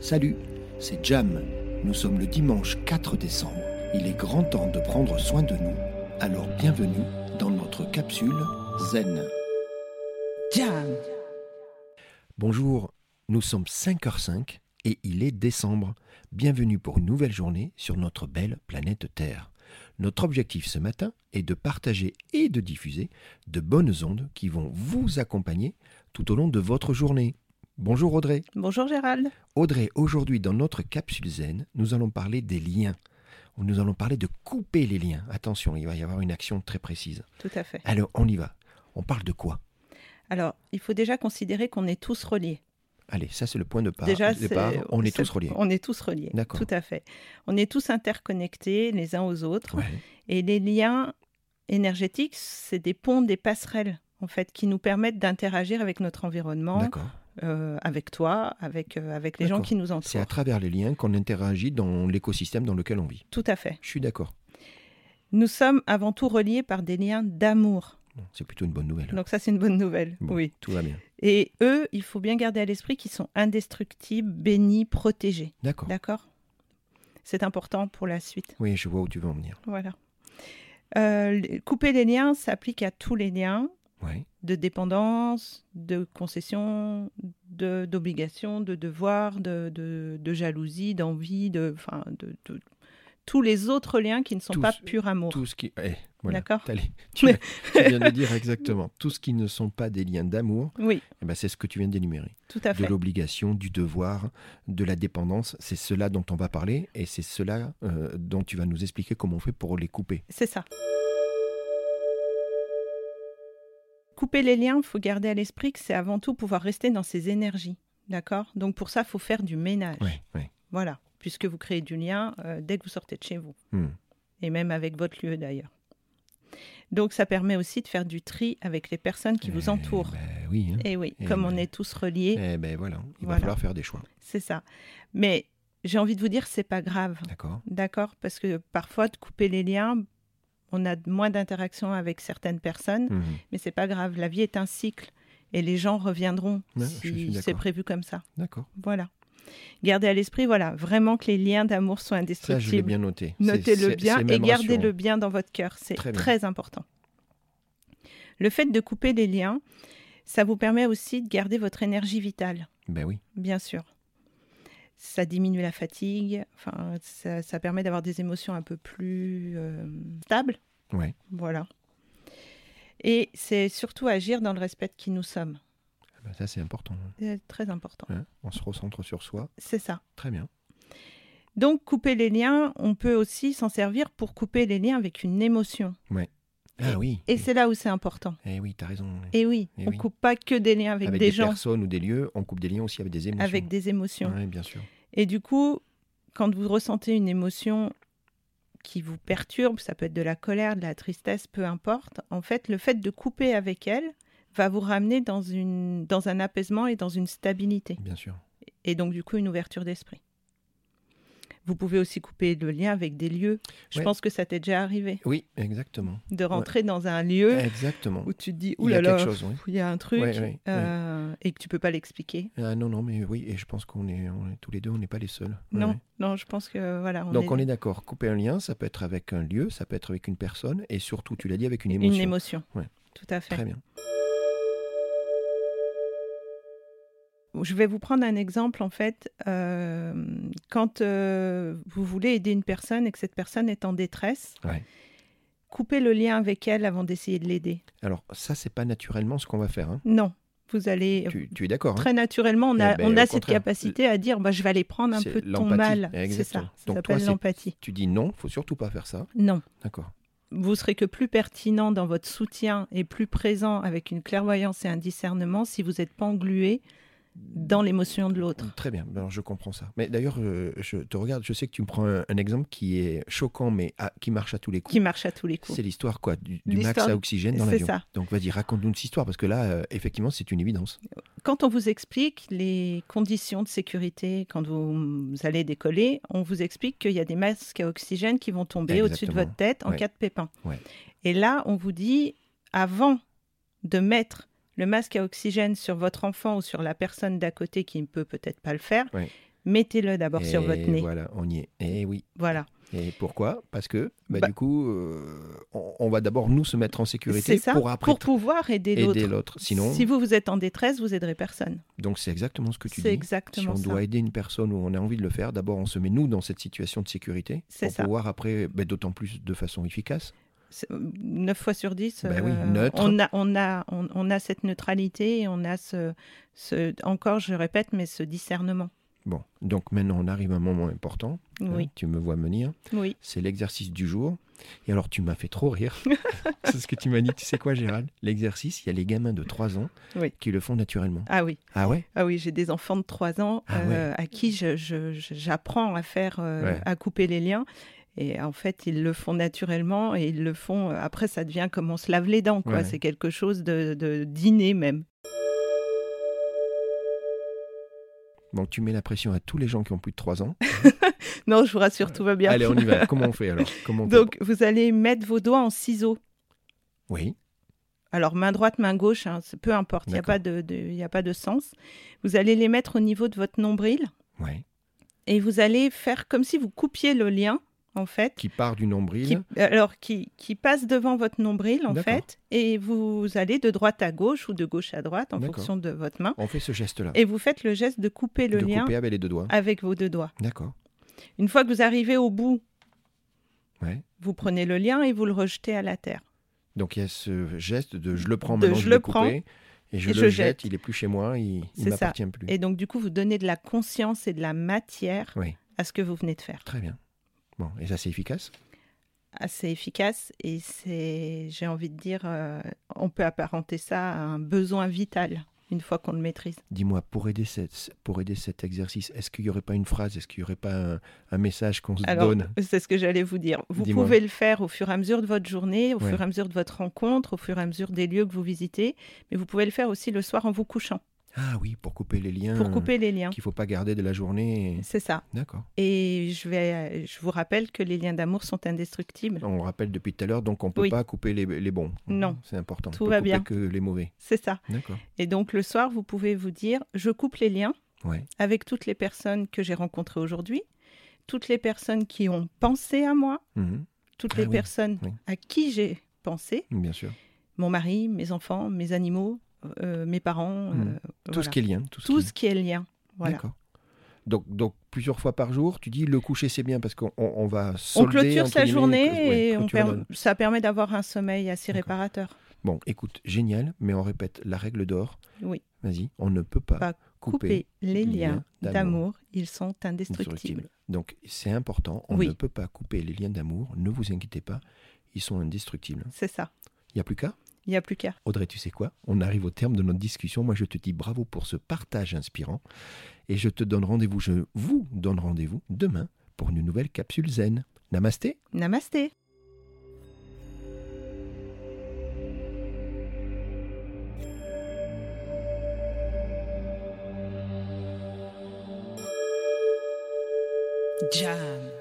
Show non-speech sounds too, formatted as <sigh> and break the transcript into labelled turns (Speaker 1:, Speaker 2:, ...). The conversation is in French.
Speaker 1: Salut, c'est Jam. Nous sommes le dimanche 4 décembre. Il est grand temps de prendre soin de nous. Alors bienvenue dans notre capsule Zen.
Speaker 2: Jam,
Speaker 1: Bonjour, nous sommes 5h05 et il est décembre. Bienvenue pour une nouvelle journée sur notre belle planète Terre. Notre objectif ce matin est de partager et de diffuser de bonnes ondes qui vont vous accompagner tout au long de votre journée. Bonjour Audrey.
Speaker 2: Bonjour Gérald.
Speaker 1: Audrey, aujourd'hui dans notre capsule zen, nous allons parler des liens. Nous allons parler de couper les liens. Attention, il va y avoir une action très précise.
Speaker 2: Tout à fait.
Speaker 1: Alors, on y va. On parle de quoi
Speaker 2: Alors, il faut déjà considérer qu'on est tous reliés.
Speaker 1: Allez, ça c'est le point de part-
Speaker 2: déjà,
Speaker 1: de départ.
Speaker 2: c'est-
Speaker 1: Bah,
Speaker 2: euh,
Speaker 1: on est
Speaker 2: c'est-
Speaker 1: tous reliés.
Speaker 2: On est tous reliés.
Speaker 1: D'accord.
Speaker 2: Tout à fait. On est tous interconnectés les uns aux autres.
Speaker 1: Ouais.
Speaker 2: Et les liens énergétiques, c'est des ponts, des passerelles, en fait, qui nous permettent d'interagir avec notre environnement,
Speaker 1: D'accord.
Speaker 2: euh, avec toi, avec, euh, avec les gens
Speaker 1: D'accord.
Speaker 2: qui nous
Speaker 1: C'est à
Speaker 2: entourent.
Speaker 1: travers les liens qu'on interagit dans l'écosystème dans lequel on vit.
Speaker 2: Tout à fait.
Speaker 1: Je suis d'accord.
Speaker 2: Nous sommes avant tout reliés par des liens d'amour.
Speaker 1: Bon, C'est plutôt une bonne nouvelle.
Speaker 2: Donc ça, c'est une bonne nouvelle.
Speaker 1: Bon,
Speaker 2: Oui.
Speaker 1: Tout va bien.
Speaker 2: Et eux, il faut bien garder à l'esprit qu'ils sont indestructibles, bénis, protégés.
Speaker 1: D'accord.
Speaker 2: D'accord C'est important pour la suite.
Speaker 1: Oui, je vois où tu veux en venir.
Speaker 2: Voilà. Euh, les- couper les liens s'applique à tous les liens
Speaker 1: Ouais.
Speaker 2: de dépendance, de concession, de- d'obligation, de, devoir, de, de- de jalousie, d'envie, de, enfin, de, de- tous les autres liens qui ne sont
Speaker 1: Tous-
Speaker 2: pas pur amour.
Speaker 1: Tout ce qui. eh, voilà.
Speaker 2: D'accord.
Speaker 1: T'as
Speaker 2: <laughs>
Speaker 1: les- Tu,
Speaker 2: Mais-
Speaker 1: tu viens de dire exactement. Tout ce qui ne sont pas des liens d'amour,
Speaker 2: Oui,
Speaker 1: eh ben, c'est ce que tu viens d'énumérer.
Speaker 2: tout à
Speaker 1: De
Speaker 2: fait.
Speaker 1: l'obligation, du devoir, de la dépendance. C'est cela dont on va parler et c'est cela euh, dont tu vas nous expliquer comment on fait pour les couper.
Speaker 2: C'est ça. Couper les liens, il faut garder à l'esprit que c'est avant tout pouvoir rester dans ses énergies. D'accord Donc pour ça, il faut faire du ménage.
Speaker 1: Ouais, ouais.
Speaker 2: Voilà, puisque vous créez du lien euh, dès que vous sortez de chez vous,
Speaker 1: Hmm.
Speaker 2: et même avec votre lieu d'ailleurs. Donc ça permet aussi de faire du tri avec les personnes qui vous
Speaker 1: Eh
Speaker 2: entourent.
Speaker 1: ben oui. hein.
Speaker 2: Et oui,
Speaker 1: eh
Speaker 2: comme on
Speaker 1: ben.
Speaker 2: est tous reliés,
Speaker 1: Eh ben voilà. Il va
Speaker 2: Voilà.
Speaker 1: falloir faire des choix.
Speaker 2: c'est ça. Mais j'ai envie de vous dire, c'est pas grave,
Speaker 1: D'accord.
Speaker 2: d'accord Parce que parfois, de couper les liens, on a moins d'interactions avec certaines personnes,
Speaker 1: Hmm.
Speaker 2: mais c'est pas grave. La vie est un cycle, et les gens reviendront
Speaker 1: Ouais, je suis
Speaker 2: si c'est
Speaker 1: d'accord.
Speaker 2: prévu comme ça.
Speaker 1: D'accord.
Speaker 2: Voilà. Gardez à l'esprit, voilà, vraiment que les liens d'amour soient
Speaker 1: Ça,
Speaker 2: indestructibles.
Speaker 1: je l'ai bien noté. C'est-
Speaker 2: Notez-le
Speaker 1: c'est-
Speaker 2: bien
Speaker 1: c'est
Speaker 2: et
Speaker 1: même
Speaker 2: gardez-le
Speaker 1: rassurant.
Speaker 2: bien dans votre cœur. C'est
Speaker 1: Très
Speaker 2: très,
Speaker 1: bien.
Speaker 2: important. Le fait de couper les liens, ça vous permet aussi de garder votre énergie vitale,
Speaker 1: Ben oui.
Speaker 2: bien sûr. Ça diminue la fatigue, enfin, ça, ça permet d'avoir des émotions un peu plus euh, stables.
Speaker 1: Ouais.
Speaker 2: Voilà. Et c'est surtout agir dans le respect de qui nous sommes.
Speaker 1: Ah ben ça, c'est important. hein.
Speaker 2: C'est très important.
Speaker 1: Hein On se recentre sur soi.
Speaker 2: C'est ça.
Speaker 1: Très bien.
Speaker 2: Donc, couper les liens, on peut aussi s'en servir pour couper les liens avec une émotion.
Speaker 1: Ah oui.
Speaker 2: Et c'est là où c'est important.
Speaker 1: Eh oui, t'as raison.
Speaker 2: Et oui,
Speaker 1: Eh
Speaker 2: on
Speaker 1: oui.
Speaker 2: coupe pas que des liens avec,
Speaker 1: avec
Speaker 2: des, gens,
Speaker 1: personnes ou des lieux, on coupe des liens aussi avec des émotions.
Speaker 2: avec des émotions.
Speaker 1: Ouais, bien sûr.
Speaker 2: Et du coup, quand vous ressentez une émotion qui vous perturbe, ça peut être de la colère, de la tristesse, peu importe, en fait, le fait de couper avec elle va vous ramener dans, une, dans un apaisement et dans une stabilité.
Speaker 1: Bien sûr.
Speaker 2: Et donc, du coup, une ouverture d'esprit. Vous pouvez aussi couper le lien avec des lieux. Je
Speaker 1: Ouais.
Speaker 2: pense que ça t'est déjà arrivé
Speaker 1: Oui, exactement.
Speaker 2: de rentrer dans un lieu
Speaker 1: Exactement.
Speaker 2: où tu te dis,
Speaker 1: Il y a
Speaker 2: oulala, là
Speaker 1: quelque
Speaker 2: là,
Speaker 1: chose, oui.
Speaker 2: il y a un truc,
Speaker 1: Ouais, ouais,
Speaker 2: euh, et que tu peux pas l'expliquer.
Speaker 1: Ah non, non, mais oui, et je pense qu'on est, on est tous les deux, on n'est pas les seuls. Ouais,
Speaker 2: Non,
Speaker 1: ouais.
Speaker 2: non, je pense que voilà. On
Speaker 1: Donc
Speaker 2: est
Speaker 1: on est d'accord, couper un lien, ça peut être avec un lieu, ça peut être avec une personne, et surtout, tu l'as dit, avec une
Speaker 2: une
Speaker 1: émotion.
Speaker 2: émotion.
Speaker 1: Ouais.
Speaker 2: Tout à fait.
Speaker 1: Très bien.
Speaker 2: Je vais vous prendre un exemple en fait. euh, quand euh, vous voulez aider une personne et que cette personne est en détresse,
Speaker 1: Ouais.
Speaker 2: coupez le lien avec elle avant d'essayer de l'aider.
Speaker 1: Alors ça, c'est pas naturellement ce qu'on va faire. hein.
Speaker 2: Non, vous allez
Speaker 1: Tu, tu es d'accord hein
Speaker 2: très naturellement. On
Speaker 1: Eh
Speaker 2: a,
Speaker 1: ben,
Speaker 2: on
Speaker 1: au
Speaker 2: a cette
Speaker 1: contraire.
Speaker 2: capacité à dire, bah, je vais aller prendre un
Speaker 1: C'est
Speaker 2: peu de ton
Speaker 1: l'empathie. Eh,
Speaker 2: mal. C'est
Speaker 1: Exactement.
Speaker 2: ça. Ça
Speaker 1: Donc, toi,
Speaker 2: s'appelle
Speaker 1: c'est-
Speaker 2: l'empathie.
Speaker 1: Tu dis non, faut surtout pas faire ça.
Speaker 2: Non.
Speaker 1: D'accord.
Speaker 2: vous serez que plus pertinent dans votre soutien et plus présent avec une clairvoyance et un discernement si vous n'êtes pas englué dans l'émotion de l'autre.
Speaker 1: Très bien, alors je comprends ça. Mais d'ailleurs, euh, je te regarde, je sais que tu me prends un, un exemple qui est choquant, mais à- qui marche à tous les coups.
Speaker 2: Qui marche à tous les coups.
Speaker 1: C'est l'histoire quoi du, du
Speaker 2: L'histoire
Speaker 1: max à
Speaker 2: du-
Speaker 1: oxygène dans
Speaker 2: c'est
Speaker 1: l'avion.
Speaker 2: ça.
Speaker 1: Donc vas-y, raconte-nous cette histoire, parce que là, euh, effectivement, c'est une évidence.
Speaker 2: Quand on vous explique les conditions de sécurité quand vous vous allez décoller, on vous explique qu'il y a des masques à oxygène qui vont tomber au-dessus de
Speaker 1: Exactement.
Speaker 2: votre tête en
Speaker 1: Ouais.
Speaker 2: cas de pépin.
Speaker 1: Ouais.
Speaker 2: Et là, on vous dit, avant de mettre le masque à oxygène sur votre enfant ou sur la personne d'à côté qui ne peut peut-être pas le faire,
Speaker 1: Ouais.
Speaker 2: mettez-le d'abord sur
Speaker 1: Et
Speaker 2: votre nez.
Speaker 1: Voilà, on y est. Et oui.
Speaker 2: Voilà.
Speaker 1: Et pourquoi Parce que, bah,
Speaker 2: Bah.
Speaker 1: du coup, euh, on, on va d'abord nous se mettre en sécurité
Speaker 2: C'est ça,
Speaker 1: pour après
Speaker 2: pouvoir aider,
Speaker 1: aider
Speaker 2: l'autre.
Speaker 1: l'autre. Sinon,
Speaker 2: Si vous, vous êtes en détresse, vous aiderez personne.
Speaker 1: donc c'est exactement ce que tu
Speaker 2: C'est
Speaker 1: dis. Si
Speaker 2: exactement
Speaker 1: on
Speaker 2: ça.
Speaker 1: doit aider une personne ou on a envie de le faire, d'abord on se met nous dans cette situation de sécurité
Speaker 2: C'est
Speaker 1: pour
Speaker 2: ça.
Speaker 1: pouvoir après, bah, d'autant plus de façon efficace.
Speaker 2: 9 euh, fois sur 10,
Speaker 1: Ben oui, neutre.
Speaker 2: on, a, on, a, on, on a cette neutralité et on a ce, ce, encore je répète, mais ce discernement.
Speaker 1: Bon, donc maintenant on arrive à un moment important. hein,
Speaker 2: Oui,
Speaker 1: tu me vois venir.
Speaker 2: oui.
Speaker 1: C'est l'exercice du jour. Et alors, tu m'as fait trop rire. <laughs> c'est ce que tu m'as dit. Tu sais quoi, Gérald L'exercice, il y a les gamins de 3 ans
Speaker 2: Oui.
Speaker 1: qui le font naturellement.
Speaker 2: Ah oui,
Speaker 1: Ah ouais
Speaker 2: ah oui j'ai des enfants de 3 ans
Speaker 1: Ah
Speaker 2: euh, à qui je- je- je- j'apprends à faire, euh,
Speaker 1: Ouais.
Speaker 2: à couper les liens. Et en fait, ils le font naturellement et ils le font. euh, Après, ça devient comme on se lave les dents, quoi.
Speaker 1: Ouais.
Speaker 2: C'est quelque chose de, de d'inné même.
Speaker 1: Donc, tu mets la pression à tous les gens qui ont plus de 3 ans.
Speaker 2: Non, je vous rassure, tout va bien.
Speaker 1: Allez, on y va. Comment on fait alors Comment on fait
Speaker 2: Donc, vous allez mettre vos doigts en ciseaux.
Speaker 1: pour- Oui,
Speaker 2: Alors main droite, main gauche, hein, c'est- peu importe, il n'y a,
Speaker 1: D'accord.
Speaker 2: pas de- de- y a pas de sens. Vous allez les mettre au niveau de votre nombril
Speaker 1: ouais.
Speaker 2: et vous allez faire comme si vous coupiez le lien, en fait.
Speaker 1: Qui part du nombril.
Speaker 2: Qui, alors, qui, qui passe devant votre nombril, en
Speaker 1: D'accord.
Speaker 2: fait, et vous allez de droite à gauche ou de gauche à droite, en
Speaker 1: D'accord.
Speaker 2: fonction de votre main,
Speaker 1: On fait ce geste-là.
Speaker 2: et vous faites le geste de couper le
Speaker 1: de
Speaker 2: lien
Speaker 1: couper avec les deux doigts.
Speaker 2: avec vos deux doigts.
Speaker 1: D'accord.
Speaker 2: Une fois que vous arrivez au bout,
Speaker 1: Ouais.
Speaker 2: vous prenez le lien et vous le rejetez à la terre.
Speaker 1: Donc, il y a ce geste de je le prends,
Speaker 2: De
Speaker 1: maintenant
Speaker 2: je
Speaker 1: je
Speaker 2: le
Speaker 1: l'ai coupé,
Speaker 2: prends
Speaker 1: Et je
Speaker 2: et
Speaker 1: le
Speaker 2: je
Speaker 1: jette,
Speaker 2: jette.
Speaker 1: il est plus chez moi, il ne
Speaker 2: C'est ça.
Speaker 1: m'appartient plus.
Speaker 2: Et donc, du coup, vous donnez de la conscience et de la matière
Speaker 1: Oui.
Speaker 2: à ce que vous venez de faire.
Speaker 1: Très bien. Bon, et ça, c'est efficace
Speaker 2: assez efficace et c'est, j'ai envie de dire, euh, on peut apparenter ça à un besoin vital une fois qu'on le maîtrise.
Speaker 1: Dis-moi, pour aider, cette- pour aider cet exercice, est-ce qu'il n'y aurait pas une phrase Est-ce qu'il n'y aurait pas un, un message qu'on se
Speaker 2: Alors,
Speaker 1: donne
Speaker 2: c'est ce que j'allais vous dire. Vous
Speaker 1: Dis-moi.
Speaker 2: pouvez le faire au fur et à mesure de votre journée, au
Speaker 1: Ouais.
Speaker 2: fur et à mesure de votre rencontre, au fur et à mesure des lieux que vous visitez, mais vous pouvez le faire aussi le soir en vous couchant
Speaker 1: Ah oui, pour couper les liens
Speaker 2: pour couper les liens.
Speaker 1: qu'il ne faut pas garder de la journée.
Speaker 2: C'est ça.
Speaker 1: D'accord.
Speaker 2: Et je, vais, je vous rappelle que les liens d'amour sont indestructibles.
Speaker 1: On rappelle depuis tout à l'heure, donc on ne peut
Speaker 2: Oui.
Speaker 1: pas couper les, les bons.
Speaker 2: Non.
Speaker 1: C'est important.
Speaker 2: Tout
Speaker 1: on peut
Speaker 2: va
Speaker 1: couper
Speaker 2: bien.
Speaker 1: que les mauvais.
Speaker 2: C'est ça.
Speaker 1: D'accord.
Speaker 2: Et donc le soir, vous pouvez vous dire, je coupe les liens.
Speaker 1: Ouais.
Speaker 2: avec toutes les personnes que j'ai rencontrées aujourd'hui, toutes les personnes qui ont pensé à moi,
Speaker 1: Mhm.
Speaker 2: toutes
Speaker 1: Ah
Speaker 2: les
Speaker 1: oui,
Speaker 2: personnes
Speaker 1: oui.
Speaker 2: à qui j'ai pensé,
Speaker 1: Bien sûr.
Speaker 2: mon mari, mes enfants, mes animaux, euh, mes parents,
Speaker 1: Mhm.
Speaker 2: euh,
Speaker 1: Tout ce
Speaker 2: voilà.
Speaker 1: qui est lien. Tout ce
Speaker 2: Tout
Speaker 1: qui...
Speaker 2: ce qui est lien. Voilà.
Speaker 1: D'accord. Donc, donc, plusieurs fois par jour, tu dis le coucher, c'est bien parce qu'on on- on va
Speaker 2: On
Speaker 1: solder.
Speaker 2: clôture
Speaker 1: entre
Speaker 2: sa
Speaker 1: guillemets,
Speaker 2: journée
Speaker 1: clo- ouais,
Speaker 2: et on
Speaker 1: clôturer
Speaker 2: per-
Speaker 1: la-
Speaker 2: ça permet d'avoir un sommeil assez
Speaker 1: D'accord.
Speaker 2: réparateur.
Speaker 1: Bon, écoute, génial, mais on répète la règle d'or.
Speaker 2: Oui.
Speaker 1: Vas-y, on ne peut pas,
Speaker 2: Pas
Speaker 1: couper
Speaker 2: Couper les
Speaker 1: les liens
Speaker 2: liens
Speaker 1: d'amour.
Speaker 2: d'amour, ils sont indestructibles.
Speaker 1: Indestructible. Donc c'est important, on
Speaker 2: Oui.
Speaker 1: ne peut pas couper les liens d'amour, ne vous inquiétez pas, ils sont indestructibles.
Speaker 2: C'est ça.
Speaker 1: Il n'y a plus qu'à
Speaker 2: Il n'y a plus qu'à.
Speaker 1: Audrey, tu sais quoi On arrive au terme de notre discussion. Moi, je te dis bravo pour ce partage inspirant et je te donne rendez-vous, je vous donne rendez-vous demain pour une nouvelle capsule zen. Namasté
Speaker 2: Namasté.
Speaker 3: Jam.